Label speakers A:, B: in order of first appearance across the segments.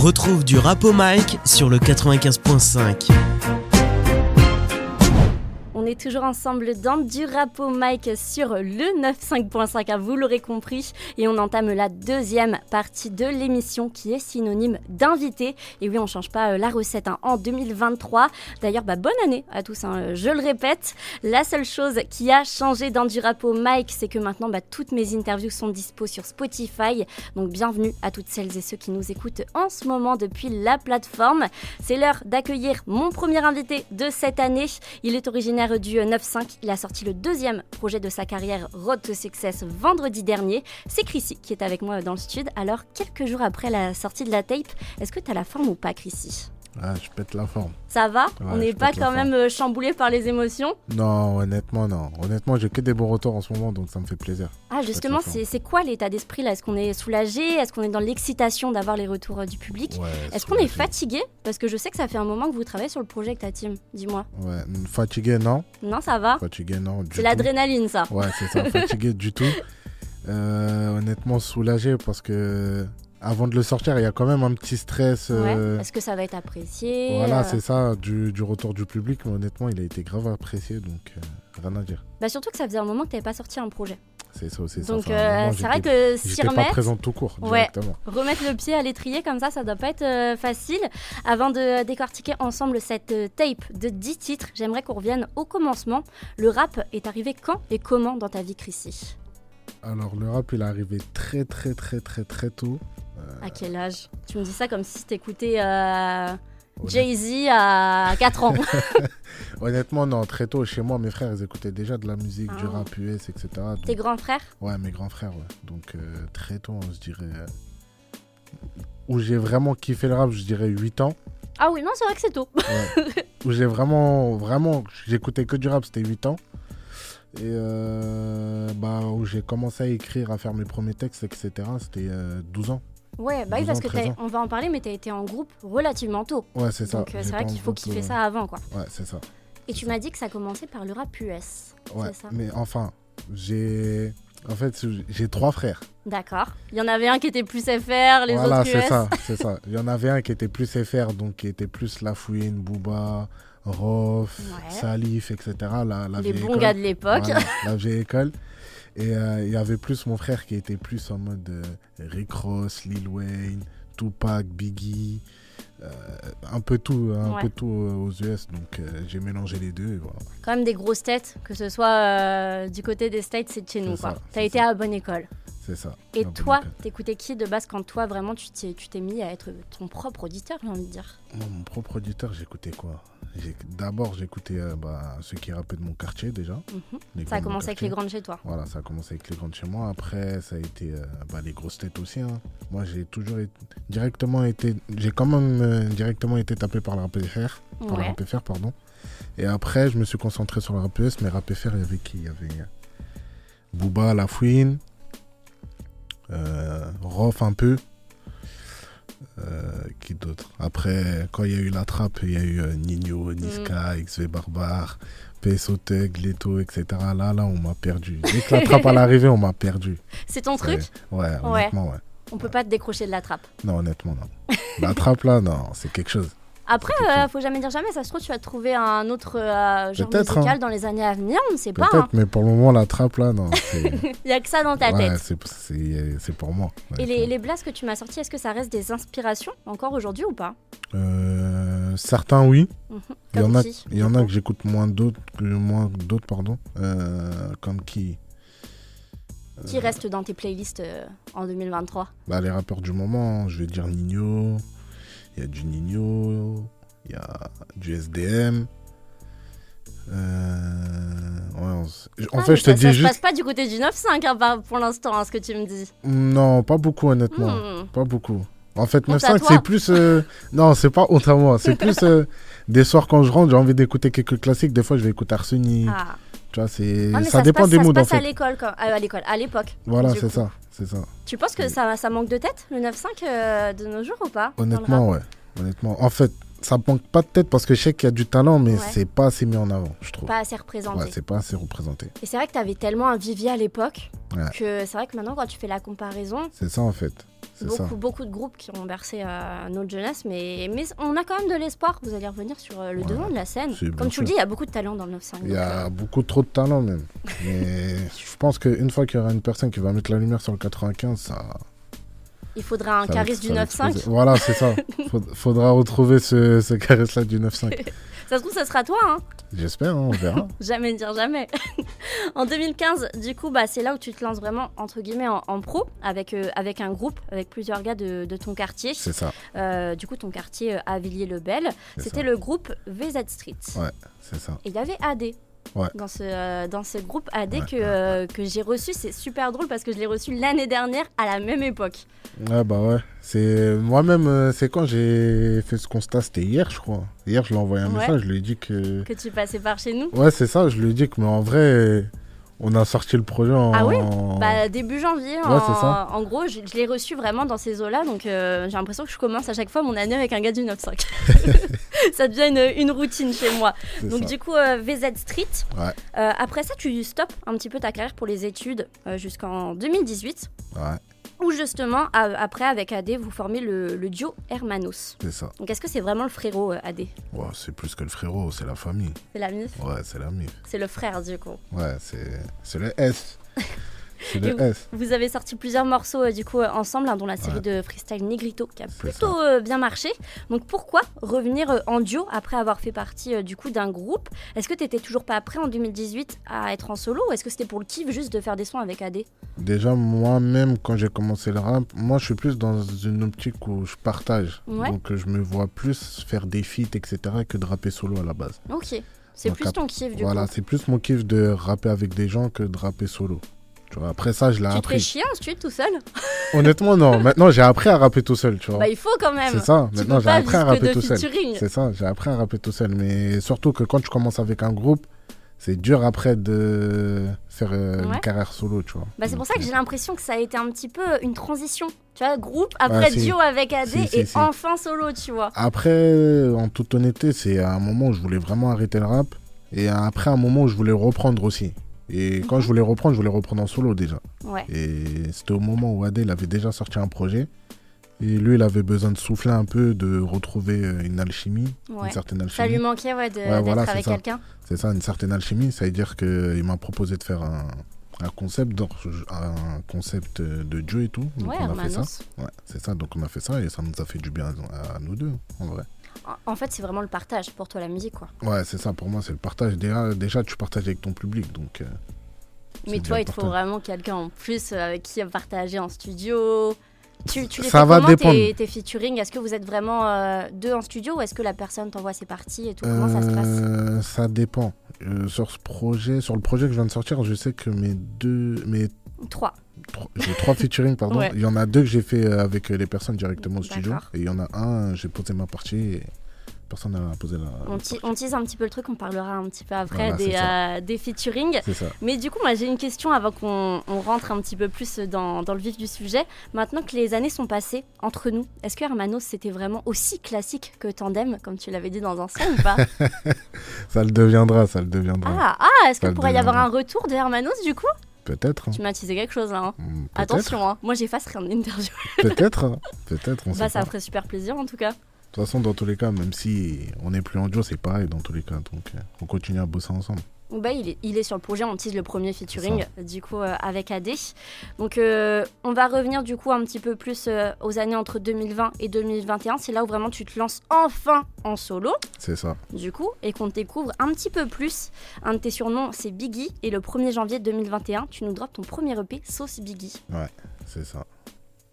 A: retrouve du rap au mic sur le 95.5.
B: On est toujours ensemble dans du rap au mic sur le 95.5, hein, vous l'aurez compris. Et on entame la deuxième partie de l'émission qui est synonyme d'invité. Et oui, on ne change pas euh, la recette hein, en 2023. D'ailleurs, bah, bonne année à tous, hein, euh, je le répète. La seule chose qui a changé dans du rap au mic, c'est que maintenant, bah, toutes mes interviews sont dispo sur Spotify. Donc bienvenue à toutes celles et ceux qui nous écoutent en ce moment depuis la plateforme. C'est l'heure d'accueillir mon premier invité de cette année. Il est originaire du 9-5. Il a sorti le deuxième projet de sa carrière Road to Success vendredi dernier. C'est Chrissy qui est avec moi dans le studio. Alors, quelques jours après la sortie de la tape, est-ce que tu as la forme ou pas, Chrissy
C: Ah, je pète la forme.
B: Ça va On
C: je
B: n'est
C: peux
B: pas
C: te la
B: quand
C: faire.
B: même euh, chamboulé par les émotions
C: Non, honnêtement, non. Honnêtement, j'ai que des bons retours en ce moment, donc ça me fait plaisir.
B: Ah, justement,
C: te la faire.
B: c'est c'est quoi l'état d'esprit là Est-ce qu'on est soulagé Est-ce qu'on est dans l'excitation d'avoir les retours euh, du public
C: Ouais,
B: Est-ce qu'on est
C: soulagé.
B: fatigué Parce que je sais que ça fait un moment que vous travaillez sur le projet avec ta team. Dis-moi.
C: Ouais, mm, fatigué, non.
B: Non, ça va
C: Fatigué, non. du
B: C'est
C: tout.
B: l'adrénaline, ça.
C: Ouais, c'est ça, fatigué du tout. Euh, honnêtement, soulagé parce que avant de le sortir, il y a quand même un petit stress. euh,
B: Ouais. Est-ce que ça va être apprécié
C: Voilà,
B: Euh,
C: c'est ça, du, du retour du public. Mais honnêtement, il a été grave apprécié, donc euh, rien à dire.
B: Bah, surtout que ça faisait un moment que t'avais pas sorti un projet.
C: C'est ça aussi. ça
B: Donc
C: fait un
B: euh,
C: moment,
B: c'est vrai
C: j'étais-
B: que s'y
C: J'étais pas
B: remettre,
C: présent tout court,
B: Ouais.
C: directement.
B: remettre le pied à l'étrier comme ça, ça doit pas être euh, facile. Avant de décortiquer ensemble cette euh, tape de 10 titres, j'aimerais qu'on revienne au commencement. Le rap est arrivé quand et comment dans ta vie, Chrissy
C: Alors, le rap, il est arrivé très, très, très, très, très tôt. Euh.
B: À quel âge Tu me dis ça comme si t'écoutais euh,
C: Honnêtement,
B: Jay-Z à 4 ans.
C: Honnêtement, non, très tôt, chez moi, mes frères, ils écoutaient déjà de la musique, du
B: Ah.
C: rap US, etc. Donc-
B: Tes grands frères
C: ouais, mes grands frères, ouais. Donc, euh, très tôt, on se dirait. euh, Où j'ai vraiment kiffé le rap, je dirais 8 ans.
B: Ah oui, non, c'est vrai que c'est tôt.
C: Où j'ai vraiment, vraiment, j'écoutais que du rap, c'était 8 ans. Et euh, bah, où j'ai commencé à écrire, à faire mes premiers textes, etc., c'était euh, 12 ans.
B: Ouais, bah oui,
C: 12
B: parce
C: ans,
B: que
C: 13
B: t'as-
C: ans.
B: on va en parler, mais t'as été en groupe relativement tôt.
C: Ouais, c'est ça.
B: Donc euh, c'est
C: J'étais
B: vrai
C: en
B: qu'il faut
C: groupe,
B: kiffer
C: euh,
B: ça avant, quoi.
C: Ouais, c'est ça.
B: Et tu m'as dit que ça commençait par le rap US.
C: Ouais,
B: ça.
C: mais enfin, j'ai. En fait, j'ai trois frères.
B: D'accord. Il y en avait un qui était plus FR, les
C: voilà,
B: autres US.
C: c'est ça, c'est ça. Il y en avait un qui était plus FR, donc qui était plus Lafouine, Booba, Rof,
B: Ouais.
C: Salif, etc. La, la
B: les
C: vieille
B: bons
C: école.
B: gars de l'époque.
C: Voilà, la vieille école. Et euh, il y avait plus mon frère qui était plus en mode euh, Rick Ross, Lil Wayne, Tupac, Biggie, euh, un peu tout, un
B: Ouais.
C: peu tout euh, aux US. Donc euh, j'ai mélangé les deux. et voilà.
B: Quand même des grosses têtes, que ce soit euh, du côté des States, c'est de chez nous,
C: C'est
B: quoi.
C: ça,
B: T'as
C: c'est
B: été
C: ça.
B: à la bonne école.
C: C'est ça.
B: Et
C: Un bon
B: toi,
C: école.
B: t'écoutais qui de base quand toi, vraiment, tu t'es, tu t'es mis à être ton propre auditeur, j'ai envie de dire
C: Moi, mon propre auditeur, j'écoutais quoi J'ai- D'abord, j'écoutais euh, bah, ceux qui rappaient de mon quartier déjà.
B: Mhm.
C: les
B: Ça a
C: grands de mon
B: commencé avec
C: quartier.
B: les grandes chez toi.
C: Voilà, ça a commencé avec les grandes chez moi. Après, ça a été euh, bah, les grosses têtes aussi. hein. Moi, j'ai toujours été- directement été. J'ai quand même euh, directement été tapé par le rap FR. Par le
B: Ouais.
C: rap FR, pardon. Et après, je me suis concentré sur le rap US, mais rap FR, il y avait qui Il y avait euh, Booba, La Fouine, euh, Rof un peu. Euh, qui d'autre Après, quand il y a eu la trappe, il y a eu euh, Nino, Niska, XV Barbare, PSO Tug, Leto, etc. Là, là, on m'a perdu. Dès que la trappe à l'arrivée, on m'a perdu.
B: C'est ton
C: Ouais,
B: truc
C: ouais, honnêtement, ouais.
B: On peut pas te décrocher de la trappe.
C: Non, honnêtement, non. La trappe, là, non, c'est quelque chose.
B: Après,
C: C'est quelque
B: euh, faut jamais dire jamais, ça se trouve, tu vas trouver un autre euh, genre
C: Peut-être,
B: musical
C: hein.
B: dans les années à venir, on ne sait pas.
C: Peut-être, mais pour le moment, la trappe, là, non. c'est-
B: Il n'y a que ça dans ta
C: ouais,
B: tête.
C: c'est- C'est c'est pour moi.
B: Et
C: honnêtement.
B: les, les blasts que tu m'as sortis, est-ce que ça reste des inspirations encore aujourd'hui ou pas
C: Euh, certains, oui.
B: Mhm.
C: Il y en
B: Comme
C: a,
B: qui,
C: il y
B: du
C: en a
B: coup
C: que j'écoute moins d'autres, que moins que d'autres, pardon. Euh, comme qui
B: Qui reste dans tes playlists euh, en 2023
C: bah, Les rappeurs du moment, je vais dire Nino. Il y a du Nino. Il y a du SDM. Euh, ouais, on s- en
B: Ah,
C: fait,
B: mais
C: je te
B: ça, ça
C: dis
B: se passe
C: juste.
B: pas du côté du 9-5 hein, par- pour l'instant, hein, ce que tu me dis.
C: Non, pas beaucoup, honnêtement.
B: Hmm.
C: Pas beaucoup. En fait,
B: Honte à
C: 9-5,
B: toi.
C: c'est plus. euh, Non, c'est pas honte à moi. C'est plus euh, des soirs quand je rentre, j'ai envie d'écouter quelques classiques. Des fois, je vais écouter Arsenic.
B: Ah.
C: Tu vois, c'est...
B: Ah, mais
C: ça,
B: se
C: dépend
B: passe-
C: des
B: ça se
C: moods en
B: passe à
C: fait.
B: l'école, quand- euh, à l'école, à l'époque.
C: Voilà,
B: du
C: c'est
B: coup.
C: ça, c'est ça.
B: Tu penses que
C: Oui.
B: ça, ça manque de tête, le 9-5 euh, de nos jours ou pas dans le rap
C: Honnêtement, ouais. Honnêtement, en fait, ça manque pas de tête parce que je sais qu'il y a du talent, mais
B: Ouais.
C: c'est pas assez mis en avant, je trouve.
B: Pas assez représenté.
C: ouais, c'est pas assez représenté.
B: Et c'est vrai que tu avais tellement un vivier à l'époque
C: Ouais.
B: que c'est vrai que maintenant, quand tu fais la comparaison,
C: C'est ça en fait. C'est ça.
B: beaucoup, beaucoup de groupes qui ont bercé euh, notre jeunesse, mais, mais on a quand même de l'espoir. Vous allez revenir sur euh, le
C: Ouais.
B: devant de la scène.
C: C'est bien
B: Comme tu
C: sûr.
B: le dis, il y a beaucoup de talent dans le 9-5.
C: Il y a beaucoup trop de talent même. Mais je pense qu'une fois qu'il y aura une personne qui va mettre la lumière sur le 95, ça.
B: Il faudra un
C: ça va
B: charisme
C: ex-
B: du
C: ça
B: 9-5.
C: va exploser. Voilà, c'est ça. Faud- Faudra retrouver ce, ce charisme-là du 9-5.
B: Ça se trouve, ça sera toi, hein
C: J'espère, hein, on verra.
B: Jamais dire jamais. en 2015, du coup, bah, c'est là où tu te lances vraiment, entre guillemets, en, en pro, avec, euh, avec un groupe, avec plusieurs gars de, de ton quartier.
C: C'est ça.
B: Euh, du coup, ton quartier euh, à Villiers-le-Bel.
C: c'est
B: C'était
C: ça,
B: le groupe VZ Street.
C: Ouais. C'est ça.
B: Et il y avait AD.
C: Ouais.
B: Dans, ce, euh, dans ce groupe AD
C: Ouais,
B: que,
C: ouais,
B: euh, que j'ai reçu, c'est super drôle parce que je l'ai reçu l'année dernière à la même époque.
C: Ouais, bah ouais. C'est moi-même, euh, c'est quand j'ai fait ce constat, c'était hier, je crois. Hier, je lui ai envoyé un
B: Ouais.
C: message, je lui ai dit que.
B: Que tu passais par chez nous.
C: Ouais, c'est ça, je lui ai dit que, mais en vrai, euh, on a sorti le projet en.
B: Ah ouais Bah, début janvier, en,
C: Oh. c'est ça.
B: en gros, je, je l'ai reçu vraiment dans ces eaux-là, donc euh, j'ai l'impression que je commence à chaque fois mon année avec un gars du 9-5. ça devient une, une routine chez moi.
C: c'est
B: Donc
C: ça.
B: du coup, euh, VZ Street.
C: Ouais.
B: Euh, après ça, tu stops un petit peu ta carrière pour les études euh, jusqu'en 2018,
C: Ouais,
B: où justement, a- après, avec AD, vous formez le, le duo Hermanos.
C: c'est ça.
B: Donc est-ce que c'est vraiment le frérot, euh, AD
C: Ouais, c'est plus que le frérot, c'est la famille.
B: C'est la mif
C: Ouais, c'est la mif.
B: C'est le frère, du coup.
C: Ouais, c'est c'est le S. C'est
B: Et
C: le
B: vous-
C: S.
B: Vous avez sorti plusieurs morceaux euh, du coup euh, ensemble, hein, dont la série
C: Ouais.
B: de freestyle Negrito qui a
C: C'est
B: plutôt euh, bien marché. Donc pourquoi revenir euh, en duo après avoir fait partie euh, du coup d'un groupe Est-ce que t'étais toujours pas prêt en 2018 à être en solo ou est-ce que c'était pour le kiff juste de faire des sons avec AD
C: Déjà, moi-même, quand j'ai commencé le rap, moi, je suis plus dans une optique où je partage.
B: Ouais.
C: Donc, je me vois plus faire des feats, etc., que de rapper solo à la base.
B: Ok, c'est
C: Donc,
B: plus
C: ap-
B: ton kiff du
C: Voilà,
B: coup.
C: c'est plus mon kiff de rapper avec des gens que de rapper solo. Tu vois, après ça, je
B: Tu
C: l'ai
B: te fais
C: appris.
B: chier ensuite tout seul
C: Honnêtement, non. Maintenant, j'ai appris à rapper tout seul, tu vois.
B: Bah il faut quand même.
C: c'est ça.
B: Tu
C: Maintenant,
B: peux
C: j'ai
B: pas
C: appris à
B: vivre que
C: rapper
B: de
C: tout seul.
B: featuring.
C: C'est ça, j'ai appris à rapper tout seul. Mais surtout que quand tu commences avec un groupe, c'est dur après de faire euh,
B: Ouais.
C: une carrière solo, tu vois.
B: Bah c'est pour ça que j'ai l'impression que ça a été un petit peu une transition. Tu vois, groupe
C: Ah,
B: après
C: si.
B: duo avec AD
C: Si, si,
B: et
C: si.
B: enfin solo, tu vois.
C: Après, en toute honnêteté, c'est à un moment où je voulais vraiment arrêter le rap. Et après, un moment où je voulais reprendre aussi. Et
B: Mhm.
C: quand je voulais reprendre, je voulais reprendre en solo déjà.
B: Ouais.
C: Et c'était au moment où Adel avait déjà sorti un projet. Et lui, il avait besoin de souffler un peu, de retrouver euh, une alchimie,
B: Ouais.
C: une certaine
B: Ça lui
C: alchimie.
B: manquait ouais, de- d'être
C: voilà, c'est
B: avec
C: ça.
B: quelqu'un.
C: C'est ça, une certaine alchimie. Ça veut dire qu'il m'a proposé de faire un, un concept, donc, un concept euh, de Joe et tout. Donc
B: Ouais, bah,
C: on a fait ça.
B: Hermanos.
C: Ouais, c'est ça. Donc on a fait ça et ça nous a fait du bien à, à nous deux, en vrai.
B: En- En fait, c'est vraiment le partage pour toi, la musique, quoi.
C: Ouais, c'est ça. Pour moi, c'est le partage. Déjà, déjà, tu partages avec ton public, donc. euh,
B: Mais
C: C'est
B: toi,
C: bien
B: il te faut
C: partage.
B: vraiment quelqu'un en plus euh, avec qui partager en studio. Tu, tu les
C: Ça
B: fais
C: va
B: comment,
C: dépendre.
B: Tes, tes featuring, est-ce que vous êtes vraiment euh, deux en studio ou est-ce que la personne t'envoie ses parties et tout Comment ça se passe
C: Euh, ça dépend. Euh, sur ce projet, sur le projet que je viens de sortir, je sais que mes deux, mes
B: Trois.
C: trois- j'ai trois featuring pardon.
B: Ouais.
C: Il y en a deux que j'ai fait euh, avec euh, les personnes directement au studio,
B: D'accord.
C: et il y en a un, euh, j'ai posé ma partie et personne n'a posé la.
B: On, ti- on tease un petit peu le truc, on parlera un petit peu après
C: Voilà,
B: des,
C: c'est
B: euh, des featuring.
C: C'est ça.
B: Mais du coup, moi, j'ai une question avant qu'on on rentre un petit peu plus dans, dans le vif du sujet. Maintenant que les années sont passées entre nous, est-ce que Hermanos, c'était vraiment aussi classique que Tandem, comme tu l'avais dit dans un son ou pas
C: Ça le deviendra, ça le deviendra.
B: Ah, ah est-ce
C: Ça
B: qu'il
C: le
B: pourrait y avoir
C: deviendra.
B: un retour de Hermanos du coup
C: Peut-être. hein.
B: Tu m'as teasé quelque chose là. hein.
C: Hmm, peut-être,
B: Attention, hein. moi j'efface rien de l'interview.
C: Peut-être. hein. Peut-être. on
B: Bah,
C: sait pas.
B: ça ferait super plaisir en tout cas.
C: De toute façon, dans tous les cas, même si on n'est plus en duo, c'est pareil dans tous les cas. Donc, euh, on continue à bosser ensemble.
B: Bah, il, est, il est sur le projet, on tease le premier featuring du coup euh, avec AD. Donc euh, on va revenir du coup un petit peu plus euh, aux années entre 2020 et 2021. C'est là où vraiment tu te lances enfin en solo
C: C'est ça.
B: du coup et qu'on te découvre un petit peu plus. Un de tes surnoms c'est Biggie et le 1er janvier 2021 tu nous drops ton premier EP Sauce Biggie.
C: C'est ça.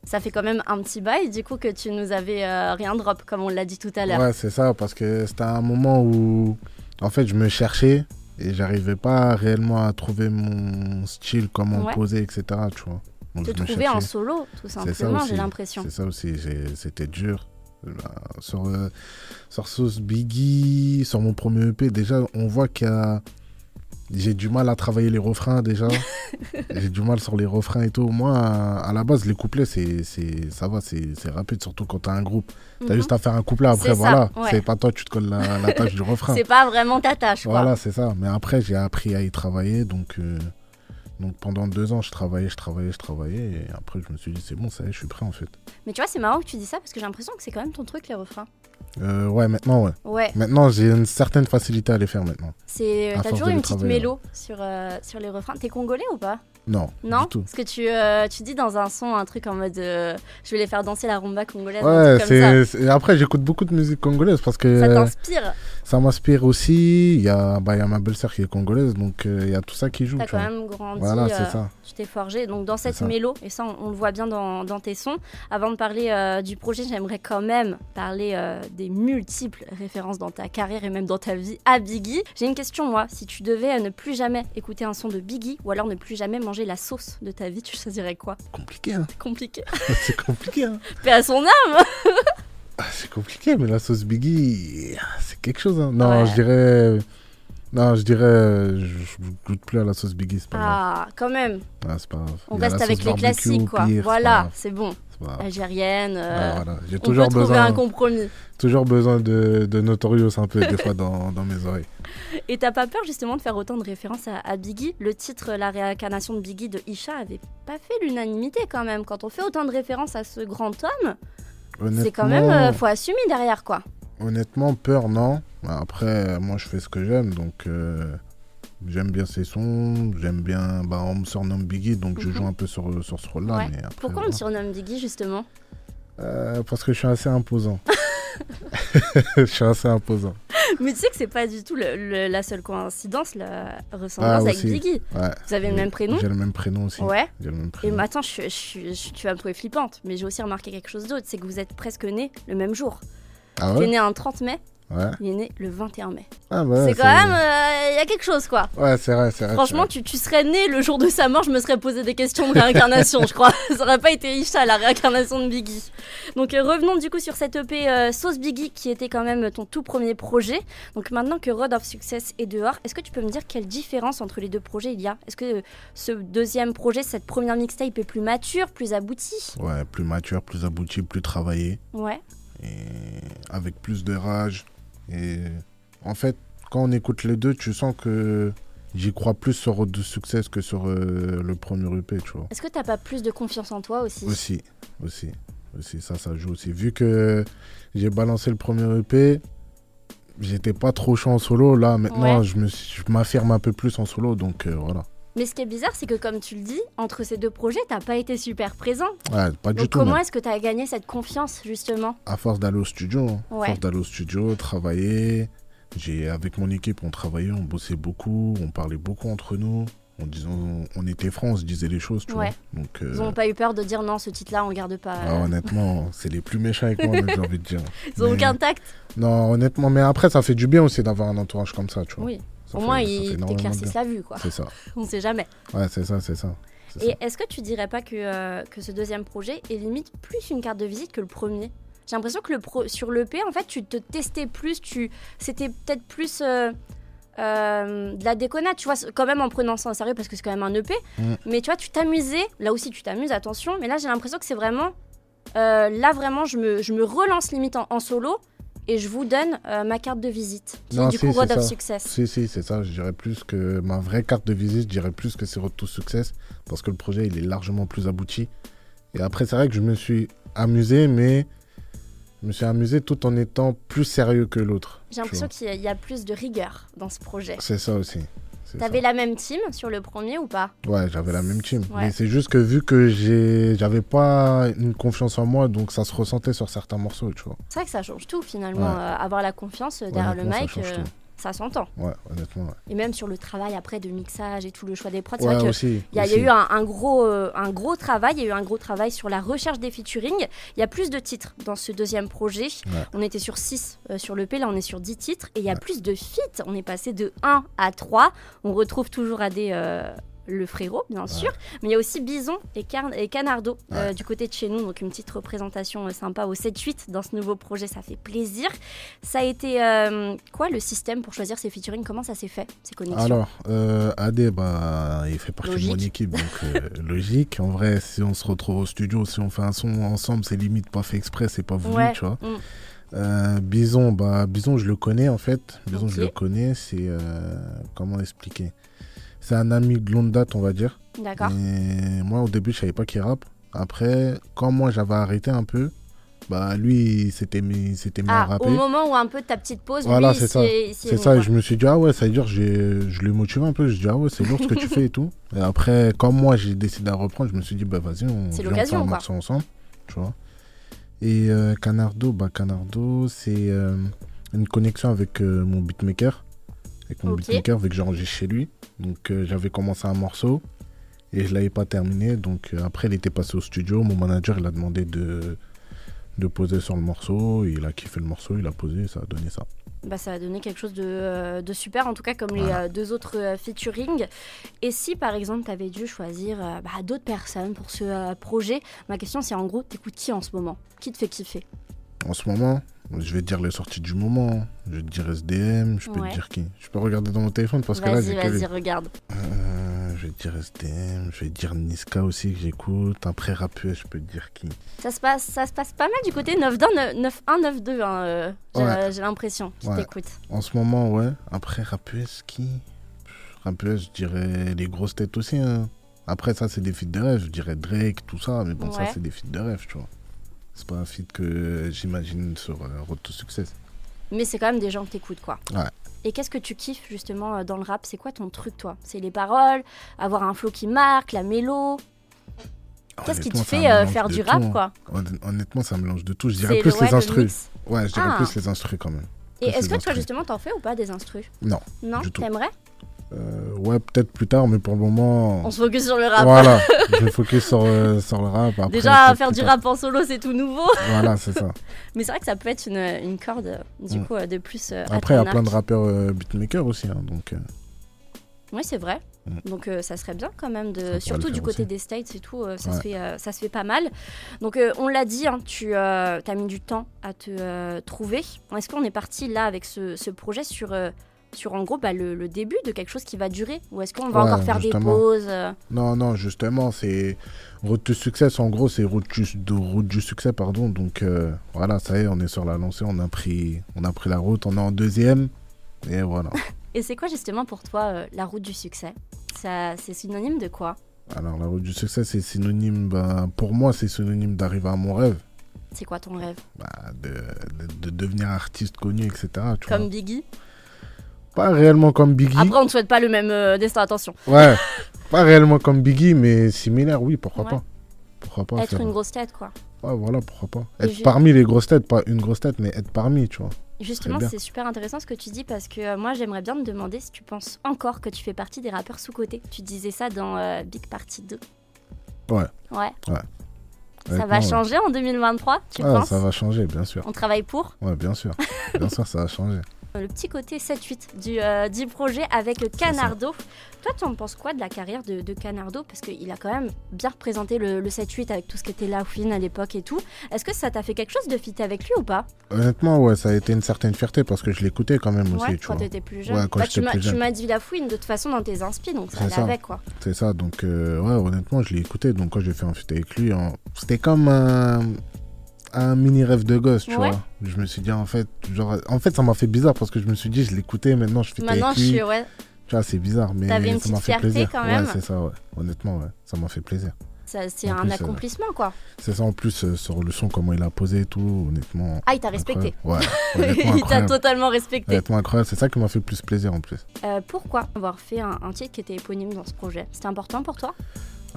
B: Ça fait quand même un petit bail du coup que tu nous avais euh, rien drop comme on l'a dit tout à l'heure.
C: Ouais, c'est ça, parce que c'était un moment où, en fait, je me cherchais et j'arrivais pas réellement à trouver mon style, comment
B: Ouais.
C: poser, etc. Tu vois. Donc,
B: te
C: je me
B: trouver en
C: cherchais.
B: solo, tout
C: ça
B: simplement, j'ai
C: aussi.
B: l'impression.
C: C'est ça aussi, j'ai- c'était dur. Bah, Sur, euh, sur Sauce Biggie, sur mon premier EP, déjà, on voit qu'il y a. J'ai du mal à travailler les refrains déjà. j'ai du mal sur les refrains et tout. Moi, à la base, les couplets, c'est, c'est, ça va, c'est, c'est rapide, surtout quand t'as un groupe. T'as
B: Mhm.
C: juste à faire un couplet après,
B: C'est ça,
C: voilà.
B: ouais.
C: C'est pas toi, tu te colles la, la tâche du refrain.
B: C'est pas vraiment ta tâche, quoi.
C: Voilà, c'est ça. Mais après, j'ai appris à y travailler, donc euh, Donc pendant deux ans, je travaillais, je travaillais, je travaillais. Et après, je me suis dit, c'est bon, ça y est, je suis prêt en fait.
B: Mais tu vois, c'est marrant que tu dis ça parce que j'ai l'impression que c'est quand même ton truc, les refrains.
C: Euh, ouais, maintenant, ouais.
B: Ouais,
C: Maintenant, j'ai une certaine facilité à les faire maintenant.
B: c'est. T'as
C: À Ah, force
B: toujours
C: de
B: une
C: le
B: petite
C: travailler, ouais.
B: mélo sur, euh, sur les refrains. T'es congolais ou pas
C: Non,
B: Non
C: du tout.
B: Parce que tu, euh, tu dis dans un son un truc en mode euh, je vais les faire danser la rumba congolaise, un
C: Ouais,
B: truc comme ça.
C: c'est, c'est- après, j'écoute beaucoup de musique congolaise parce que
B: Ça
C: euh,
B: t'inspire.
C: ça m'inspire aussi. Il y, a- bah, il y a ma belle-sœur qui est congolaise, donc euh, il y a tout ça qui joue.
B: T'as
C: tu
B: quand
C: vois.
B: même grandi,
C: Voilà,
B: euh,
C: c'est ça.
B: tu t'es forgé. Donc dans
C: C'est
B: cette
C: ça.
B: mélo, et ça on, on le voit bien dans, dans tes sons, avant de parler euh, du projet, j'aimerais quand même parler euh, des multiples références dans ta carrière et même dans ta vie à Biggie. J'ai une question moi, si tu devais euh, ne plus jamais écouter un son de Biggie ou alors ne plus jamais manger la sauce de ta vie, tu choisirais quoi
C: Compliqué, hein.
B: Compliqué.
C: c'est compliqué, hein.
B: Paix à son âme
C: Ah, c'est compliqué, mais la sauce Biggie, ah, c'est quelque chose. hein. Non,
B: Ouais.
C: je dirais. Non, je dirais. euh, Je ne goûte plus à la sauce Biggie, c'est pas grave.
B: Ah, quand même,
C: Ah, c'est pas grave.
B: on
C: Il y a la
B: reste
C: sauce
B: avec les
C: barbecue,
B: classiques quoi.
C: pire, c'est pas
B: voilà,
C: grave,
B: c'est bon.
C: c'est pas grave.
B: Algérienne, euh,
C: Ah, voilà. J'ai
B: on
C: toujours
B: peut trouver
C: besoin, hein.
B: un compromis.
C: toujours besoin de, de Notorious un peu, des fois, dans, dans mes oreilles.
B: Et t'as pas peur justement de faire autant de références à, à Biggie Le titre La réincarnation de Biggie de Isha avait pas fait l'unanimité quand même. Quand on fait autant de références à ce grand homme, c'est quand même. euh, faut assumer derrière quoi.
C: Honnêtement, peur, non. Après, euh, moi, je fais ce que j'aime, donc euh, j'aime bien ses sons, j'aime bien. Bah, on me surnomme Biggie, donc je
B: Mhm.
C: joue un peu sur, sur ce rôle-là.
B: Ouais.
C: mais après,
B: Pourquoi on
C: voilà.
B: te surnomme Biggie justement
C: Euh, Parce que je suis assez imposant. je suis assez imposant.
B: Mais tu sais que c'est pas du tout le- le- la seule coïncidence, la ressemblance
C: Ah,
B: avec
C: aussi.
B: Biggie.
C: Ouais.
B: Vous avez le même prénom
C: J'ai le même prénom aussi.
B: Ouais.
C: J'ai le même
B: Et
C: prénom.
B: maintenant, je, je- je- tu vas me trouver flippante, mais j'ai aussi remarqué quelque chose d'autre c'est que vous êtes presque nés le même jour.
C: Ah
B: T'es
C: ouais,
B: né un 30 mai,
C: ouais.
B: il est né le 21 mai.
C: Ah bah ouais,
B: c'est quand même. euh, Il y a quelque chose quoi.
C: Ouais, c'est vrai, Ah, c'est vrai.
B: Franchement, tu, tu serais né le jour de sa mort, je me serais posé des questions de réincarnation, je crois. Ça aurait pas été Isha, la réincarnation de Biggie. Donc euh, revenons du coup sur cette EP euh, Sauce Biggie, qui était quand même ton tout premier projet. Donc maintenant que Road of Success est dehors, est-ce que tu peux me dire quelle différence entre les deux projets il y a Est-ce que euh, ce deuxième projet, cette première mixtape est plus mature, plus aboutie
C: c'est- Ouais, plus mature, plus abouti, plus travaillé.
B: Ouais.
C: Et avec plus de rage. Et en fait, quand on écoute les deux, tu sens que j'y crois plus sur Road to Success que sur euh, le premier EP, tu vois.
B: Est-ce que t'as pas plus de confiance en toi aussi
C: Aussi, aussi, aussi, ça, ça joue aussi. Vu que j'ai balancé le premier EP, j'étais pas trop chaud en solo. Là, maintenant,
B: Ouais.
C: je me suis- je m'affirme un peu plus en solo, donc euh, voilà.
B: Mais ce qui est bizarre, c'est que comme tu le dis, entre ces deux projets, t'as pas été super présent.
C: Ouais, pas du
B: Donc
C: tout.
B: comment
C: mais
B: est-ce que t'as gagné cette confiance justement
C: À force d'aller au studio, hein.
B: Ouais.
C: force d'aller au studio, travailler. J'ai avec mon équipe, on travaillait, on bossait beaucoup, on parlait beaucoup entre nous. On disait, on, on était francs, on se disait les choses, tu
B: Ouais.
C: vois. Donc, euh,
B: Ils n'ont pas eu peur de dire non, ce titre-là, on le garde pas.
C: ah, honnêtement, c'est les plus méchants avec moi, même, j'ai envie de dire.
B: Ils ont
C: Mais-
B: aucun tact.
C: Non, honnêtement, mais après, ça fait du bien aussi d'avoir un entourage comme ça, tu vois.
B: Oui.
C: Ça
B: Au
C: fait-
B: moins,
C: ça fait
B: ils
C: énormément de
B: t'éclaircissent
C: bien.
B: la vue, quoi.
C: C'est ça.
B: On sait jamais.
C: Ouais, c'est ça, c'est ça. C'est
B: Et est-ce que tu dirais pas que, euh, que ce deuxième projet est limite plus une carte de visite que le premier J'ai l'impression que le pro- sur l'EP, en fait, tu te testais plus, tu... c'était peut-être plus euh, euh, de la déconnade, tu vois, quand même en prenant ça au sérieux parce que c'est quand même un EP.
C: Mm.
B: Mais tu vois, tu t'amusais, là aussi tu t'amuses, attention, mais là j'ai l'impression que c'est vraiment. euh, là vraiment, je me, je me relance limite en, en solo et je vous donne euh, ma carte de visite qui
C: Non,
B: est du
C: si,
B: coup Road
C: c'est
B: of
C: ça.
B: Success.
C: Si, si, c'est ça. Je dirais plus que ma vraie carte de visite, je dirais plus que c'est Retour Success parce que le projet, il est largement plus abouti. Et après, c'est vrai que je me suis amusé, mais je me suis amusé tout en étant plus sérieux que l'autre.
B: J'ai
C: tu vois.
B: l'impression qu'il y a- il y a plus de rigueur dans ce projet.
C: C'est ça aussi. c'est
B: T'avais la même team sur le premier ou pas
C: ça. Ouais, j'avais la même team.
B: Ouais.
C: Mais c'est juste que vu que j'ai- j'avais pas une confiance en moi, donc ça se ressentait sur certains morceaux, tu vois.
B: C'est vrai que ça change tout finalement.
C: Ouais.
B: euh, avoir la confiance euh, derrière le
C: Honnêtement, ça
B: mic,
C: change
B: euh, ça s'entend.
C: Ouais, honnêtement. ouais.
B: Et même sur le travail après de mixage et tout le choix des prods, c'est
C: Ouais,
B: vrai que.
C: aussi.
B: Il y, a- il y a
C: aussi.
B: eu un, un gros, euh, un gros travail, il y a eu un gros travail sur la recherche des featurings. Il y a plus de titres dans ce deuxième projet.
C: Ouais.
B: On était sur 6 sur le P, là on est sur 10 titres. Et il y a
C: Ouais.
B: plus de feats. On est passé de 1 à 3. On retrouve toujours à des... euh, le frérot, bien sûr, mais il y a aussi Bison et, Car- et Canardo euh, du côté de chez nous, donc une petite représentation euh, sympa au 7-8 dans ce nouveau projet, ça fait plaisir. Ça a été euh, quoi le système pour choisir ces featurings Comment ça s'est fait, ces connexions
C: Alors, euh, AD, bah, il fait partie
B: Logique.
C: de mon équipe, donc euh, logique. En vrai, si on se retrouve au studio, si on fait un son ensemble, c'est limite pas fait exprès, c'est pas voulu,
B: Ouais,
C: tu vois.
B: mm.
C: Euh, Bison, bah, Bison, je le connais en fait. Bison,
B: Ok.
C: je le connais, c'est. euh, comment expliquer C'est un ami de longue date, on va dire.
B: D'accord.
C: Et moi, au début, je savais pas qu'il rappe. Après, quand moi, j'avais arrêté un peu, bah lui, il s'était mis, il s'était mis à
B: Ah,
C: rapper.
B: au moment où un peu de ta petite pause,
C: Voilà,
B: lui,
C: c'est
B: il
C: ça.
B: s'y est- il s'y est
C: C'est
B: mis,
C: ça,
B: quoi.
C: je me suis dit, ah ouais, ça veut dire, j'ai- je l'ai motivé un peu. Je dis, ah ouais, c'est lourd ce que tu fais et tout. Et après, quand moi j'ai décidé à reprendre, je me suis dit, bah vas-y,
B: C'est
C: on, viens, on fait
B: l'occasion,
C: un
B: quoi.
C: morceau ensemble. Tu vois. Et euh, Canardo, bah Canardo, c'est euh, une connexion avec euh, mon beatmaker. Avec mon
B: Ok.
C: beatmaker, vu que j'enregistre chez lui. Donc euh, j'avais commencé un morceau et je l'avais pas terminé. Donc euh, après, il était passé au studio. Mon manager, il a demandé de de poser sur le morceau, il a kiffé le morceau, il a posé, et ça a donné ça.
B: Bah, ça va donner quelque chose de, euh, de super, en tout cas comme
C: Voilà.
B: les euh, deux autres euh, featuring. Et si par exemple tu avais dû choisir euh, bah, d'autres personnes pour ce euh, projet, ma question c'est en gros, t'écoutes qui en ce moment Qui te fait kiffer
C: En ce moment, je vais te dire les sorties du moment. Je vais te dire SDM, je peux
B: Ouais.
C: te dire qui. Je peux regarder dans mon téléphone parce que là,
B: Vas-y,
C: j'ai que
B: vas-y,
C: lui.
B: regarde.
C: Euh, je vais te dire SDM, je vais te dire Niska aussi que j'écoute. Après rap US, je peux te dire qui.
B: Ça se passe, ça se passe pas mal du côté 9 9-1, 9-2, hein, euh, j'ai
C: Ouais.
B: euh, j'ai l'impression qu'ils
C: Ouais.
B: t'écoutent.
C: En ce moment, ouais. Après rap US, qui Pff, Rap US, je dirais les grosses têtes aussi. hein. Après, ça, c'est des feats de rêve. Je dirais Drake, tout ça. Mais bon, ça,
B: Ouais.
C: c'est des feats de rêve, tu vois. C'est pas un feat que euh, j'imagine sur euh, Road to Success.
B: Mais c'est quand même des gens que t'écoutes quoi.
C: Ouais.
B: Et qu'est-ce que tu kiffes justement euh, dans le rap C'est quoi ton truc toi C'est les paroles, avoir un flow qui marque, la mélo Qu'est-ce qui te
C: Honnêtement, c'est
B: fait
C: un
B: euh,
C: mélange
B: faire
C: de
B: du
C: tout,
B: rap
C: hein.
B: quoi
C: Honnêt- Honnêtement, ça mélange de tout. Je
B: C'est
C: dirais plus
B: le- ouais,
C: les
B: le
C: instrus.
B: mix.
C: Ouais, je dirais
B: Ah.
C: plus les instrus quand même.
B: Et
C: Ça,
B: est-ce
C: c'est
B: que toi,
C: instru.
B: justement, t'en fais ou pas des instrus
C: Non,
B: Non
C: du tout.
B: T'aimerais
C: Euh, ouais, peut-être plus tard, mais pour le moment. euh,
B: On se focus sur le rap.
C: Voilà, je vais focus sur, euh, sur le rap. Après,
B: Déjà,
C: peut-être
B: faire
C: plus
B: du
C: tard.
B: rap en solo, c'est tout nouveau.
C: Voilà, c'est ça.
B: Mais c'est vrai que ça peut être une, une corde, euh, du
C: Mm.
B: coup, euh, de plus. euh, à
C: Après, il y a
B: ton
C: plein de
B: arc.
C: rappeurs euh, beatmakers aussi. hein, donc, euh,
B: Oui, c'est vrai.
C: Mm.
B: Donc euh, ça serait bien quand même,
C: pourrait
B: de,
C: le
B: surtout
C: faire
B: du côté
C: aussi.
B: des States et tout, euh, ça, se
C: Ouais.
B: fait, euh, ça se fait pas mal. Donc euh, on l'a dit, hein, tu as mis du temps à te euh, trouver. Est-ce qu'on est parti là avec ce, ce projet sur, euh, sur en gros bah, le, le début de quelque chose qui va durer Ou est-ce qu'on va
C: Ouais,
B: encore faire des
C: justement.
B: pauses euh,
C: Non, non, justement, c'est Road to Success. En gros, c'est route de route du succès, pardon. Donc, euh, voilà, ça y est, on est sur la lancée. On a pris, on a pris la route. On est en deuxième. Et voilà.
B: Et c'est quoi justement pour toi euh, la route du succès Ça, c'est synonyme de quoi
C: Alors, la route du succès, c'est synonyme, ben, pour moi, c'est synonyme d'arriver à mon rêve,
B: C'est quoi ton rêve
C: bah, de, de- de devenir artiste connu, etc. tu
B: Comme
C: vois.
B: Biggie
C: Pas réellement comme Biggie,
B: Après, on ne souhaite pas le même euh, destin, attention.
C: ouais, pas réellement comme Biggie, mais similaire, oui, pourquoi
B: Ouais.
C: pas. Pourquoi pas
B: Être
C: faire-
B: une grosse tête, quoi.
C: Ouais, voilà, pourquoi pas.
B: Et
C: Être
B: j'ai-
C: parmi les grosses têtes, pas une grosse tête, mais être parmi, tu vois.
B: Justement,
C: bien.
B: c'est super intéressant ce que tu dis parce que euh, moi, j'aimerais bien te demander si tu penses encore que tu fais partie des rappeurs sous-cotés. Tu disais ça dans euh, Big Party 2.
C: Ouais.
B: Ouais. Ça
C: Honnêtement,
B: va
C: ouais.
B: changer en 2023, tu
C: Ah,
B: penses
C: ça va changer, bien sûr.
B: On travaille pour
C: Ouais, bien sûr. bien sûr, ça va changer.
B: euh, le petit côté 7-8 du, euh, du projet avec le
C: ça.
B: Canardo. Toi, tu en penses quoi de la carrière de, de Canardo Parce qu'il a quand même bien représenté le, le 7-8 avec tout ce qui était la Win à l'époque et tout. Est-ce que ça t'a fait quelque chose de fitter avec lui ou pas
C: Honnêtement, ouais, ça a été une certaine fierté parce que je l'écoutais quand même aussi,
B: Ouais,
C: tu
B: quand
C: vois.
B: t'étais plus jeune. Bah,
C: Ouais, quand
B: tu
C: j'étais
B: m'as-
C: plus
B: tu
C: jeune.
B: m'as dit la fouine de toute façon dans tes inspi, donc ça
C: C'est ça.
B: l'avait quoi.
C: C'est ça, donc euh, ouais, honnêtement, je l'ai écouté. Donc quand j'ai fait un feat avec lui, en- c'était comme un, un mini rêve de gosse, tu
B: Ouais.
C: vois. Je me suis dit, en fait, genre, en fait, ça m'a fait bizarre parce que je me suis dit, je l'écoutais, maintenant je fais
B: Maintenant,
C: avec
B: je
C: lui.
B: suis. Ouais,
C: Tu vois, c'est bizarre, mais
B: T'avais une
C: ça
B: petite
C: m'a fait
B: fierté,
C: plaisir.
B: quand
C: ouais,
B: même.
C: c'est ça, ouais. Honnêtement, ouais, ça m'a fait plaisir.
B: ça, c'est
C: En
B: un
C: plus, euh,
B: accomplissement quoi.
C: C'est ça en plus euh, sur le son, comment il a posé et tout, honnêtement.
B: Ah, il t'a respecté.
C: incroyable. Ouais, honnêtement
B: il t'a
C: incroyable.
B: totalement respecté.
C: Honnêtement incroyable, c'est ça qui m'a fait plus plaisir en plus.
B: Euh, pourquoi avoir fait un, un titre qui était éponyme dans ce projet C'était important pour toi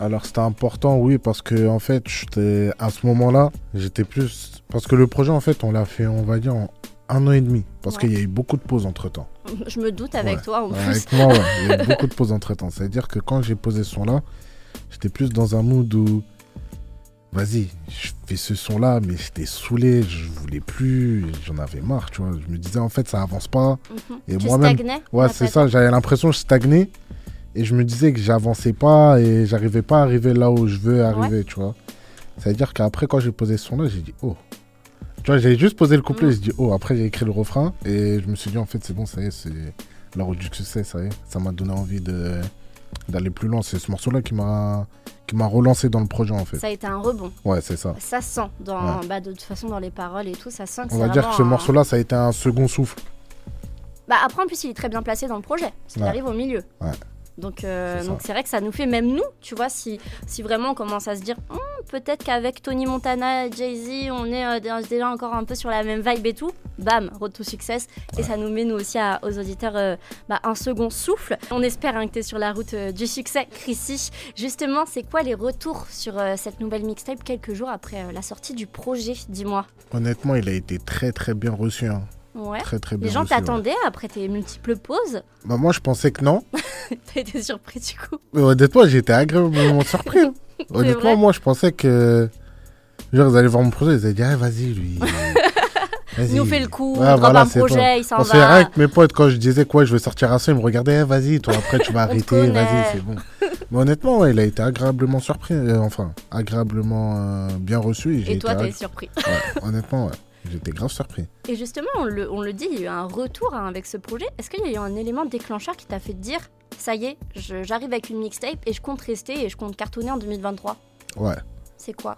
C: Alors c'était important, oui, parce que en fait, j'étais à ce moment-là, j'étais plus parce que le projet, en fait, on l'a fait, on va dire, en un an et demi, parce
B: Ouais.
C: qu'il y a eu beaucoup de pauses entre temps.
B: Je me doute avec
C: Ouais.
B: toi en plus.
C: Avec moi, ouais, il y a eu beaucoup de pauses entre temps. C'est-à-dire que quand j'ai posé ce son-là, j'étais plus dans un mood où, vas-y, je fais ce son-là, mais j'étais saoulé, je voulais plus, j'en avais marre, tu vois. Je me disais, en fait, ça avance pas.
B: Mhm.
C: Et
B: tu
C: moi-même-
B: stagnais
C: Ouais,
B: après
C: c'est ça, j'avais l'impression que je stagnais et je me disais que j'avançais pas et j'arrivais pas à arriver là où je veux arriver, tu vois. C'est-à-dire qu'après, quand j'ai posé ce son-là, j'ai dit oh. Tu vois, j'ai juste posé le couplet,
B: Mm.
C: j'ai dit oh. Après, j'ai écrit le refrain et je me suis dit en fait, c'est bon, ça y est, c'est la route du succès, ça y est. Ça m'a donné envie de d'aller plus loin. C'est ce morceau-là qui m'a qui m'a relancé dans le projet en fait.
B: Ça a été un rebond.
C: Ouais, c'est ça.
B: Ça sent, dans, bah, de toute façon, dans les paroles et tout, ça sent que
C: On
B: c'est
C: va dire que ce
B: vraiment un-
C: morceau-là, ça a été un second souffle.
B: Bah, après, en plus, il est très bien placé dans le projet. Il
C: Ouais.
B: arrive au milieu.
C: Ouais.
B: Donc, euh,
C: C'est ça.
B: donc c'est vrai que ça nous fait même nous, tu vois, si, si vraiment on commence à se dire, Hum, peut-être qu'avec Tony Montana et Jay-Z, on est euh, dé- déjà encore un peu sur la même vibe et tout, bam, road to success. Et
C: Ouais.
B: ça nous met nous aussi à- aux auditeurs euh, bah, un second souffle. On espère hein, que tu es sur la route euh, du succès, Chrissy. Justement, c'est quoi les retours sur euh, cette nouvelle mixtape quelques jours après euh, la sortie du projet, dis-moi
C: Honnêtement, il a été très très bien reçu. hein.
B: Ouais.
C: Très très bien
B: Les gens
C: reçu, ouais.
B: t'attendaient après tes multiples pauses.
C: Bah, moi, je pensais que non.
B: T'as été surpris du coup.
C: Mais honnêtement, j'étais agréablement surpris. hein.
B: vrai.
C: honnêtement, moi, je pensais que. Genre, ils allaient voir mon projet, ils allaient dire, Ah, vas-y, lui.
B: Il
C: Vas-y.
B: nous fait le coup,
C: Ouais,
B: on drop
C: voilà,
B: un
C: c'est toi.
B: projet, il s'en
C: Parce que rien
B: va.
C: avec mes potes, quand je disais quoi, je veux sortir à ça, ils me regardaient, Eh, vas-y, toi après tu vas
B: te
C: arrêter,
B: connaît.
C: vas-y, c'est bon. Mais honnêtement, ouais, il a été agréablement surpris, euh, enfin, agréablement euh, bien reçu. Et, j'ai
B: Et
C: été
B: toi, t'es
C: agré-
B: surpris.
C: ouais, Honnêtement, ouais, j'étais grave surpris.
B: Et justement, on le, on le dit, il y a eu un retour hein, avec ce projet. Est-ce qu'il y a eu un élément déclencheur qui t'a fait te dire ça y est, je- j'arrive avec une mixtape et je compte rester et je compte cartonner en 2023
C: Ouais,
B: C'est quoi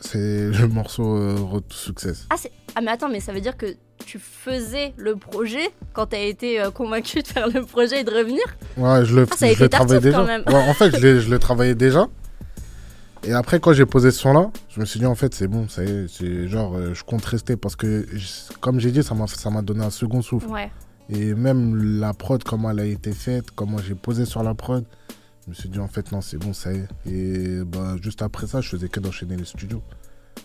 C: c'est le morceau euh, Road to Success.
B: Ah, mais attends, mais ça veut dire que tu faisais le projet quand t'as été euh, convaincu de faire le projet et de revenir
C: Ouais, je le,
B: Ah, ça a
C: je
B: été
C: le travaillais
B: tartuffe,
C: déjà.
B: quand même.
C: Ouais, en fait, je, l'ai- je le travaillais déjà. Et après, quand j'ai posé ce son-là, je me suis dit, en fait, c'est bon, ça y est, c'est genre, euh, je compte rester parce que, je- comme j'ai dit, ça m'a- ça m'a donné un second souffle.
B: Ouais.
C: Et même la prod, comment elle a été faite, comment j'ai posé sur la prod, je me suis dit en fait non, c'est bon, ça y est. Et bah, juste après ça, je faisais que d'enchaîner les studios.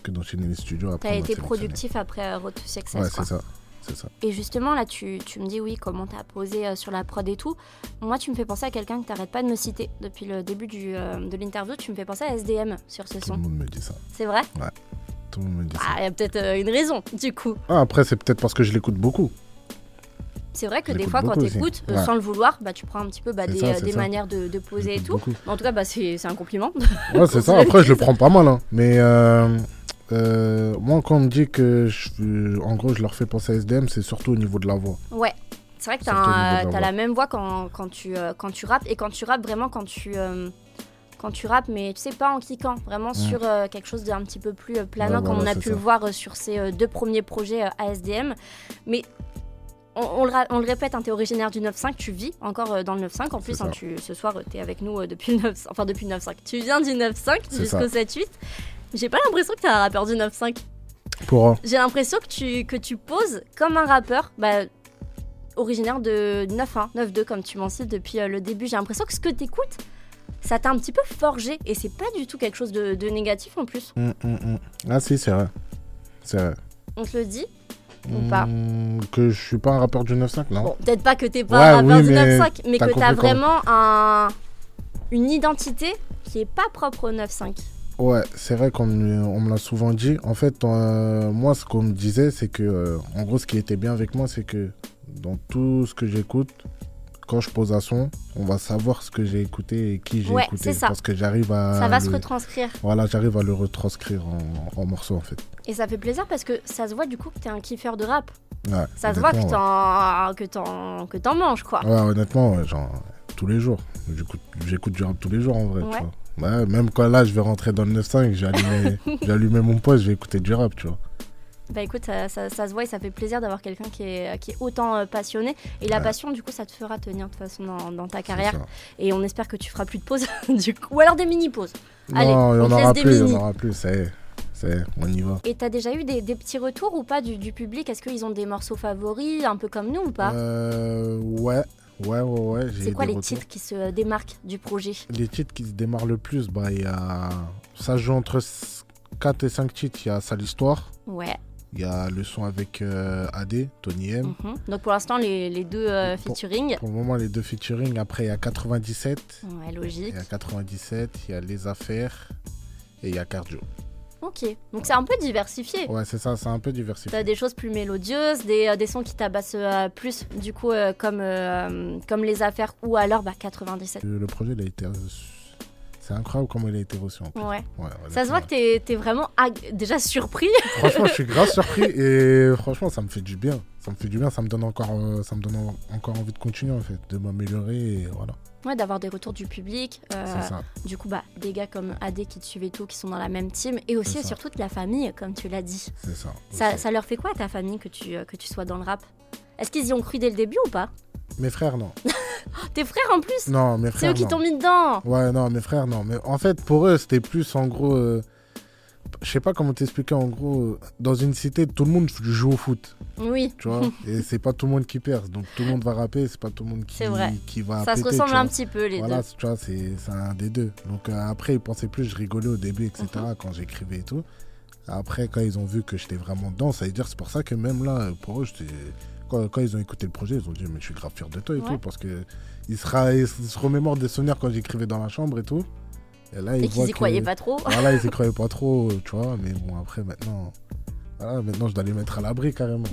C: Que d'enchaîner les studios après.
B: T'as
C: on a
B: été
C: sélectionné.
B: productif après euh, Road to Success.
C: Ouais,
B: quoi.
C: c'est ça. C'est ça.
B: Et justement, là, tu, tu me dis, oui, comment t'as posé euh, sur la prod et tout. Moi, tu me fais penser à quelqu'un que t'arrêtes pas de me citer depuis le début du, euh, de l'interview. Tu me fais penser à SDM sur ce
C: Tout le
B: son.
C: monde me dit ça.
B: C'est vrai
C: Tout le monde me dit
B: Ah,
C: ça.
B: il y a peut-être euh, une raison, du coup.
C: Ah, après, c'est peut-être parce que je l'écoute beaucoup.
B: C'est vrai que
C: Je
B: des
C: l'écoute
B: fois, quand
C: beaucoup aussi.
B: t'écoutes, euh,
C: Ouais.
B: sans le vouloir, bah, tu prends un petit peu bah,
C: C'est
B: des,
C: ça,
B: euh,
C: c'est
B: des
C: ça.
B: manières de, de
C: Je
B: poser et
C: l'écoute
B: tout.
C: beaucoup.
B: En tout cas, bah, c'est c'est un compliment.
C: Ouais, c'est ça. Après, je le prends pas mal. hein. Mais euh, euh, moi, quand on me dit que, je- en gros, je leur fais penser à SDM, c'est surtout au niveau de la voix.
B: ouais. C'est vrai que t'as
C: Surtout au
B: un,
C: niveau de la
B: euh, t'as
C: voix.
B: la même voix quand, quand tu, euh, quand tu rappes. Et quand tu rappes, vraiment, quand tu. euh, quand tu rappes, mais tu sais pas en cliquant, vraiment sur euh, quelque chose d'un petit peu plus euh, planant,
C: Ouais,
B: comme
C: voilà,
B: on a
C: c'est
B: pu
C: ça.
B: le voir euh, sur ces euh, deux premiers projets euh, ASDM. Mais on, on le, ra- on le répète, hein, t'es originaire du 9-5, tu vis encore euh, dans le 9-5. En plus,
C: ça.
B: hein, tu, ce soir, euh, t'es avec nous euh, depuis le 9-5. Enfin, depuis le 9-5. Tu viens du 9-5
C: C'est ça.
B: jusqu'au 7-8. J'ai pas l'impression que t'es un rappeur du 9-5.
C: Pour, euh,
B: J'ai l'impression que tu, que tu poses comme un rappeur bah, originaire de 9-1, 9-2, comme tu m'en cites depuis euh, le début. J'ai l'impression que ce que t'écoutes, ça t'a un petit peu forgé et c'est pas du tout quelque chose de, de négatif en plus.
C: Hum, hum, hum. Ah si, c'est vrai. C'est vrai.
B: On te le dit. Ou pas.
C: Hum, Que je suis pas un rappeur du 9-5, non
B: Bon, peut-être pas que t'es pas un
C: Ouais,
B: rappeur
C: oui,
B: du
C: mais
B: 9-5, mais
C: t'as
B: que t'as
C: compris quand même.
B: vraiment un, une identité qui est pas propre au 9-5.
C: Oh. Ouais, c'est vrai qu'on me on me l'a souvent dit. En fait, euh, moi, ce qu'on me disait, c'est que, euh, en gros, ce qui était bien avec moi, c'est que dans tout ce que j'écoute, quand je pose un son, on va savoir ce que j'ai écouté et qui j'ai
B: Ouais, c'est
C: écouté.
B: ça.
C: Parce que j'arrive à.
B: ça va se
C: le...
B: retranscrire.
C: Voilà, j'arrive à le retranscrire en, en morceaux, en fait.
B: Et ça fait plaisir parce que ça se voit du coup que t'es un kiffeur de rap.
C: Ouais,
B: Ça se voit que
C: honnêtement,
B: t'en que t'en- que t'en manges quoi.
C: Ouais, honnêtement, ouais, genre, tous les jours. J'écoute, j'écoute du rap tous les jours en vrai, tu
B: Ouais.
C: vois. Ouais, même quand là, je vais rentrer dans le 9-5, j'ai allumé, j'ai allumé mon poste, je vais écouter du rap, tu vois.
B: Bah écoute, ça, ça- ça se voit et ça fait plaisir d'avoir quelqu'un qui est, qui est autant euh, passionné. Et la
C: Ouais.
B: passion, du coup, ça te fera tenir de toute façon dans, dans ta
C: C'est
B: carrière.
C: ça.
B: Et on espère que tu feras plus de pauses, du coup. Ou alors des mini-pauses. Allez,
C: non, il y
B: on
C: en
B: te
C: aura
B: laisse des
C: plus, il y
B: minis.
C: en aura plus, ça y est, ça y est, on y va.
B: Et t'as déjà eu des, des petits retours ou pas du, du public Est-ce qu'ils ont des morceaux favoris, un peu comme nous ou pas
C: Euh, ouais, ouais, ouais, ouais. j'ai
B: C'est
C: eu
B: quoi
C: des
B: les
C: retours.
B: titres qui se euh, démarquent du projet
C: Les titres qui se démarrent le plus, bah, il y a. Ça joue entre 4 et 5 titres. Il y a Sale Histoire,
B: Ouais.
C: il y a le son avec euh, AD, Tony M.
B: mhm. Donc pour l'instant, les, les deux euh,
C: Bon.
B: featuring.
C: Pour le moment, les deux featuring. Après, il y a 97.
B: Ouais,
C: Il
B: logique.
C: y a 97, il y a Les Affaires et il y a Cardio.
B: Ok. Donc c'est un peu diversifié.
C: Ouais, c'est ça, c'est un peu diversifié.
B: T'as des choses plus mélodieuses, des, euh, des sons qui tabassent euh, plus, du coup, euh, comme, euh, comme les affaires ou alors bah, 97.
C: Le le projet, il a été reçu- C'est incroyable comment il a été reçu. en plus.
B: Ouais.
C: Ouais,
B: Ça se voit que t'es- t'es vraiment ag- déjà surpris.
C: Franchement, je suis grave surpris et franchement, ça me fait du bien. Ça me fait du bien, ça me donne encore, euh, ça me donne en- encore envie de continuer en fait, de m'améliorer et voilà.
B: Ouais, d'avoir des retours du public. euh,
C: C'est ça.
B: du coup, bah, des gars comme AD qui te suivent et tout, qui sont dans la même team. Et aussi,
C: C'est
B: et
C: ça.
B: surtout, de la famille, comme tu l'as dit.
C: C'est ça.
B: Ça,
C: aussi.
B: ça leur fait quoi, ta famille, que tu, euh, que tu sois dans le rap Est-ce qu'ils y ont cru dès le début ou pas Ah,
C: Mes frères, non.
B: Tes frères en plus
C: Non, mes
B: C'est
C: frères.
B: eux qui
C: non.
B: t'ont mis dedans
C: Ouais, non, mes frères, non. Mais en fait, pour eux, c'était plus en gros. euh, Je sais pas comment t'expliquer. En gros, euh, dans une cité, tout le monde joue au foot,
B: Oui,
C: tu vois. et c'est pas tout le monde qui perce. Donc tout le monde va rapper, c'est pas tout le monde qui,
B: C'est vrai.
C: qui va.
B: ça se
C: péter,
B: ressemble
C: tu vois.
B: un petit peu les
C: Voilà,
B: deux.
C: c'est- tu vois, c'est c'est un des deux. Donc euh, après, ils pensaient plus, je rigolais au début, etc.
B: Mhm.
C: Quand j'écrivais et tout. Après, quand ils ont vu que j'étais vraiment dedans, ça veut dire, c'est pour ça que même là, euh, pour eux, j'étais- quand, quand ils ont écouté le projet, ils ont dit, mais je suis grave fier de toi et
B: Ouais.
C: tout, parce que ils se, ra- ils se remémorent des souvenirs quand j'écrivais dans la chambre et tout. Et là, ils
B: Et
C: voient
B: qu'ils y
C: que-
B: croyaient pas trop.
C: Voilà, ils y croyaient pas trop, tu vois. Mais bon, après, maintenant, voilà, maintenant, je dois les mettre à l'abri carrément.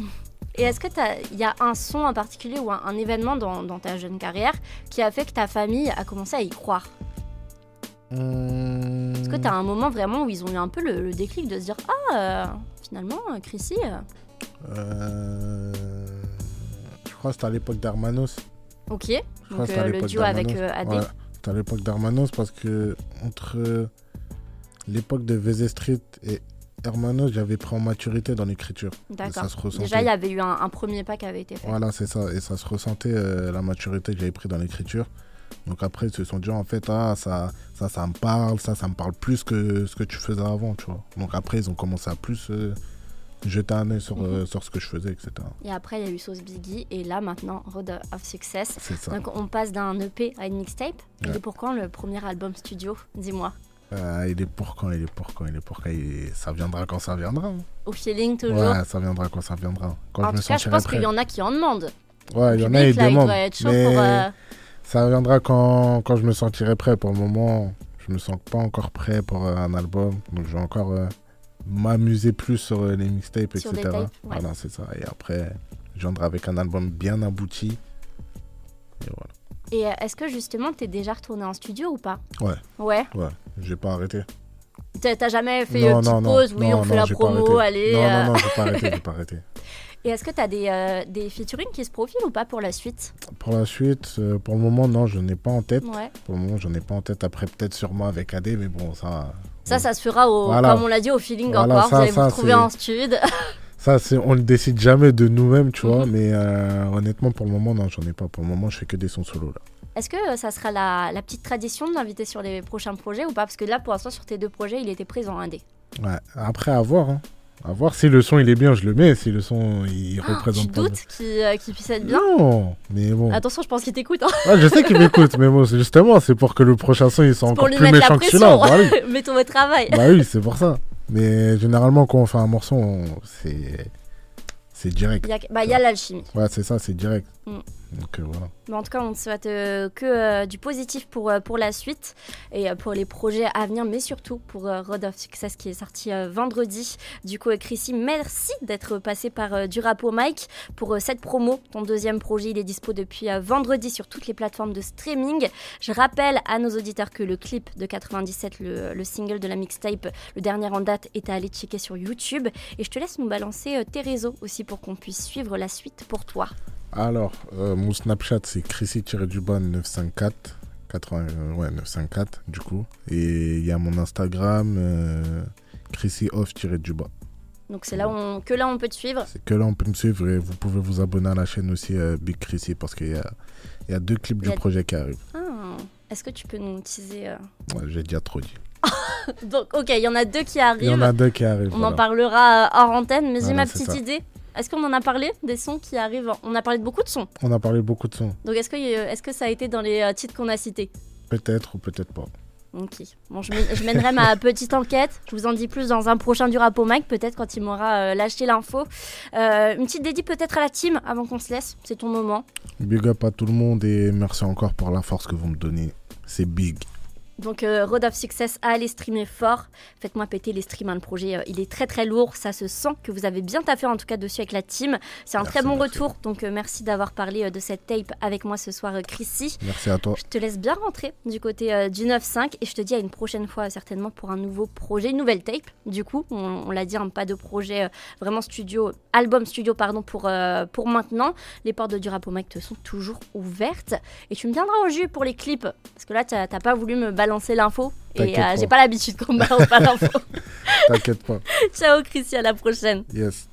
B: Et est-ce que t'as- il y a un son en particulier ou un, un événement dans, dans ta jeune carrière qui a fait que ta famille a commencé à y croire Est-ce
C: Hmm.
B: que t'as un moment vraiment où ils ont eu un peu le, le déclic de se dire Ah, euh, finalement, euh, Chrissy, euh,
C: Hum, Euh, Je crois que c'était à l'époque d'Armanos.
B: ok.
C: Je crois
B: Donc
C: que c'était Ah, à
B: euh, le
C: l'époque
B: duo avec
C: d'Armanos.
B: euh, AD.
C: Ouais, c'était à l'époque d'Armanos parce que entre l'époque de VZ Street et Hermanos, j'avais pris en maturité dans l'écriture. Et
B: D'accord.
C: Ça se ressentait.
B: Déjà, il y avait eu un, un premier pas qui avait été fait.
C: Voilà, c'est ça. Et ça se ressentait euh, la maturité que j'avais pris dans l'écriture. Donc après, ils se sont dit en fait, ah, ça, ça, ça me parle, ça, ça me parle plus que ce que tu faisais avant, tu vois. Donc après, ils ont commencé à plus euh, jeter un œil sur, euh, sur ce que je faisais, etc.
B: Et après, il y a eu Sauce Biggie et là, maintenant, Road of Success.
C: C'est ça.
B: Donc, on passe d'un EP à une mixtape. Il
C: Ouais.
B: est pour quand le premier album studio Dis-moi.
C: Ah, il est pour quand, il est pour quand, il est pour quand, il est- ça viendra quand ça viendra. hein.
B: Au feeling, toujours.
C: Ouais, ça viendra quand ça viendra. Quand
B: en
C: je me
B: tout cas, je
C: sentirai
B: pense
C: prêt.
B: qu'il y en a qui en demandent.
C: Ouais, il y en a,
B: Public,
C: ils
B: là,
C: demandent.
B: doit être chaud
C: mais
B: pour, euh,
C: ça viendra quand, quand je me sentirai prêt. Pour le moment, je me sens pas encore prêt pour euh, un album. Donc, je vais encore euh, m'amuser plus sur euh, les mixtapes,
B: Sur
C: etc.
B: des tapes, ouais.
C: Voilà, c'est ça. Et après, je viendrai avec un album bien abouti. Et voilà.
B: Et euh, est-ce que justement, t'es déjà retourné en studio ou pas
C: Ouais.
B: Ouais.
C: Ouais, j'ai pas arrêté.
B: T'as t'as jamais fait
C: non,
B: une petite
C: non, non,
B: pause, oui,
C: non,
B: on fait
C: non,
B: la
C: j'ai pas
B: promo,
C: arrêté.
B: allez.
C: Non,
B: euh.
C: non, non, j'ai pas arrêté, j'ai pas arrêté.
B: Et est-ce que t'as des, euh, des featuring qui se profilent ou pas pour la suite
C: Pour la suite, euh, pour le moment, non, je n'ai pas en tête.
B: Ouais.
C: Pour le moment, j'en ai pas en tête. Après, peut-être sûrement avec AD, mais bon, ça,
B: Ça, ça se fera, au,
C: Mm. Voilà.
B: comme on l'a dit, au feeling
C: Voilà,
B: encore.
C: ça,
B: vous allez vous
C: ça,
B: retrouver
C: c'est-
B: en stud.
C: ça c'est- on le décide jamais de nous-mêmes, tu
B: Mhm.
C: vois. Mais euh, honnêtement, pour le moment, non, j'en ai pas. Pour le moment, je fais que des sons solo. Là.
B: Est-ce que euh, ça sera la, la petite tradition de l'inviter sur les prochains projets ou pas Parce que là, pour l'instant, sur tes deux projets, il était présent, un des.
C: Ouais. Après, à voir. hein. À voir si le son il est bien, je le mets. Si le son il
B: Ah, Tu
C: représente pas.
B: doutes qu'il euh, qu'il puisse être bien
C: Non, mais bon.
B: Attention, je pense qu'il t'écoute, hein.
C: Ouais, je sais qu'il m'écoute, mais bon, c'est justement, c'est pour que le prochain son il soit
B: pour
C: encore
B: lui
C: plus
B: mettre la
C: méchant que celui-là.
B: pression.
C: Bah oui,
B: mettons votre travail.
C: bah oui c'est pour ça. Mais généralement, quand on fait un morceau, on- c'est c'est direct.
B: Il y a, bah, il y a l'alchimie.
C: Ouais, c'est ça, c'est direct.
B: Mm.
C: Donc euh, voilà.
B: Mais en tout cas, on te souhaite euh, que euh, du positif pour, euh, pour la suite et euh, pour les projets à venir, mais surtout pour euh, Road of Success qui est sorti euh, vendredi. Du coup, euh, Chrissy, merci d'être passé par euh, du rap au Mike pour euh, cette promo. Ton deuxième projet, il est dispo depuis euh, vendredi sur toutes les plateformes de streaming. Je rappelle à nos auditeurs que le clip de 97, le, le single de la mixtape, le dernier en date, est à aller checker sur YouTube. Et je te laisse nous balancer euh, tes réseaux aussi pour qu'on puisse suivre la suite pour toi.
C: Alors, euh, mon Snapchat, c'est Chrissy-954. 80, euh, ouais, 954, du coup. Et il y a mon Instagram, euh, ChrissyOff-du-bas.
B: Donc c'est là où on- que là on peut te suivre.
C: C'est que là, on peut me suivre et vous pouvez vous abonner à la chaîne aussi, euh, Big Chrissy, parce qu'il y a, il y a deux clips
B: Il
C: du
B: y a-
C: projet qui arrivent.
B: Ah, Est-ce que tu peux nous teaser euh
C: Ouais, J'ai déjà trop dit.
B: Donc ok, il y en a deux qui
C: Il y en
B: arrivent.
C: a deux qui arrivent.
B: On en
C: voilà.
B: parlera euh, hors antenne, mais j'ai
C: Voilà,
B: ma
C: c'est
B: petite
C: ça.
B: idée. Est-ce qu'on en a parlé des sons qui arrivent On a parlé de beaucoup de sons.
C: On a parlé beaucoup de sons.
B: Donc est-ce que, euh, est-ce que ça a été dans les euh, titres qu'on a cités
C: Peut-être ou peut-être pas.
B: Ok. Bon, je, mène- je mènerai ma petite enquête. Je vous en dis plus dans un prochain du rap au Mike, peut-être quand il m'aura euh, lâché l'info. Euh, une petite dédie peut-être à la team avant qu'on se laisse. C'est ton moment.
C: Big up à tout le monde et merci encore pour la force que vous me donnez. C'est big.
B: Donc euh, Road of Success, allez streamer fort. Faites-moi péter les streams, hein, le projet euh, il est très très lourd, ça se sent que vous avez bien taffé en tout cas dessus avec la team. C'est un
C: Merci,
B: très bon
C: merci.
B: retour, donc euh, merci d'avoir parlé euh, de cette tape avec moi ce soir euh, Chrissy.
C: Merci à toi.
B: Je te laisse bien rentrer du côté euh, du 9-5 et je te dis à une prochaine fois euh, certainement pour un nouveau projet, une nouvelle tape. Du coup, on, on l'a dit, un pas de projet euh, vraiment studio, album studio pardon pour, euh, pour maintenant. Les portes de Durapomec te sont toujours ouvertes et tu me viendras au jus pour les clips parce que là t'as t'as pas voulu me balancer l'info et
C: T'inquiète
B: euh,
C: pas.
B: j'ai pas l'habitude qu'on me balance pas l'info.
C: T'inquiète pas.
B: Ciao Chrissy, à la prochaine.
C: Yes.